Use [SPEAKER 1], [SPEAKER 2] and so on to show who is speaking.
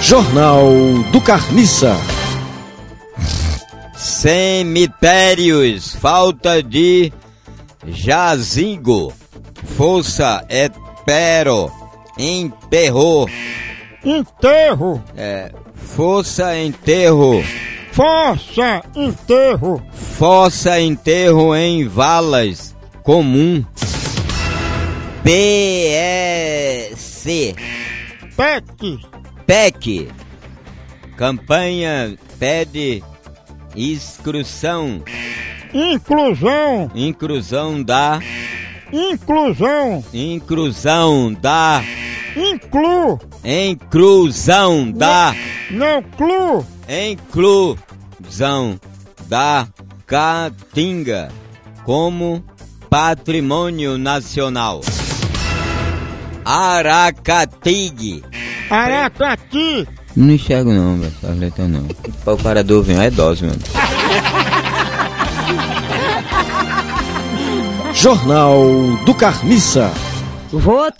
[SPEAKER 1] Jornal do Carniça.
[SPEAKER 2] Cemitérios, falta de jazigo, força etero, enterro,
[SPEAKER 3] Enterro,
[SPEAKER 2] é, força é enterro,
[SPEAKER 3] força, enterro,
[SPEAKER 2] fossa é enterro em valas, comum. PEC,
[SPEAKER 3] PEC,
[SPEAKER 2] PEC, campanha pede inscrição,
[SPEAKER 3] inclusão,
[SPEAKER 2] inclusão da,
[SPEAKER 3] inclusão,
[SPEAKER 2] inclusão da,
[SPEAKER 3] inclu,
[SPEAKER 2] inclusão da.
[SPEAKER 3] não clu,
[SPEAKER 2] inclusão da Caatinga como patrimônio nacional. Aracatigue.
[SPEAKER 3] aracati,
[SPEAKER 2] Não enxergo não, velho, essa letra não. Pra O cara do vinho é dose, mano.
[SPEAKER 1] Jornal do Carniça.
[SPEAKER 4] Vote!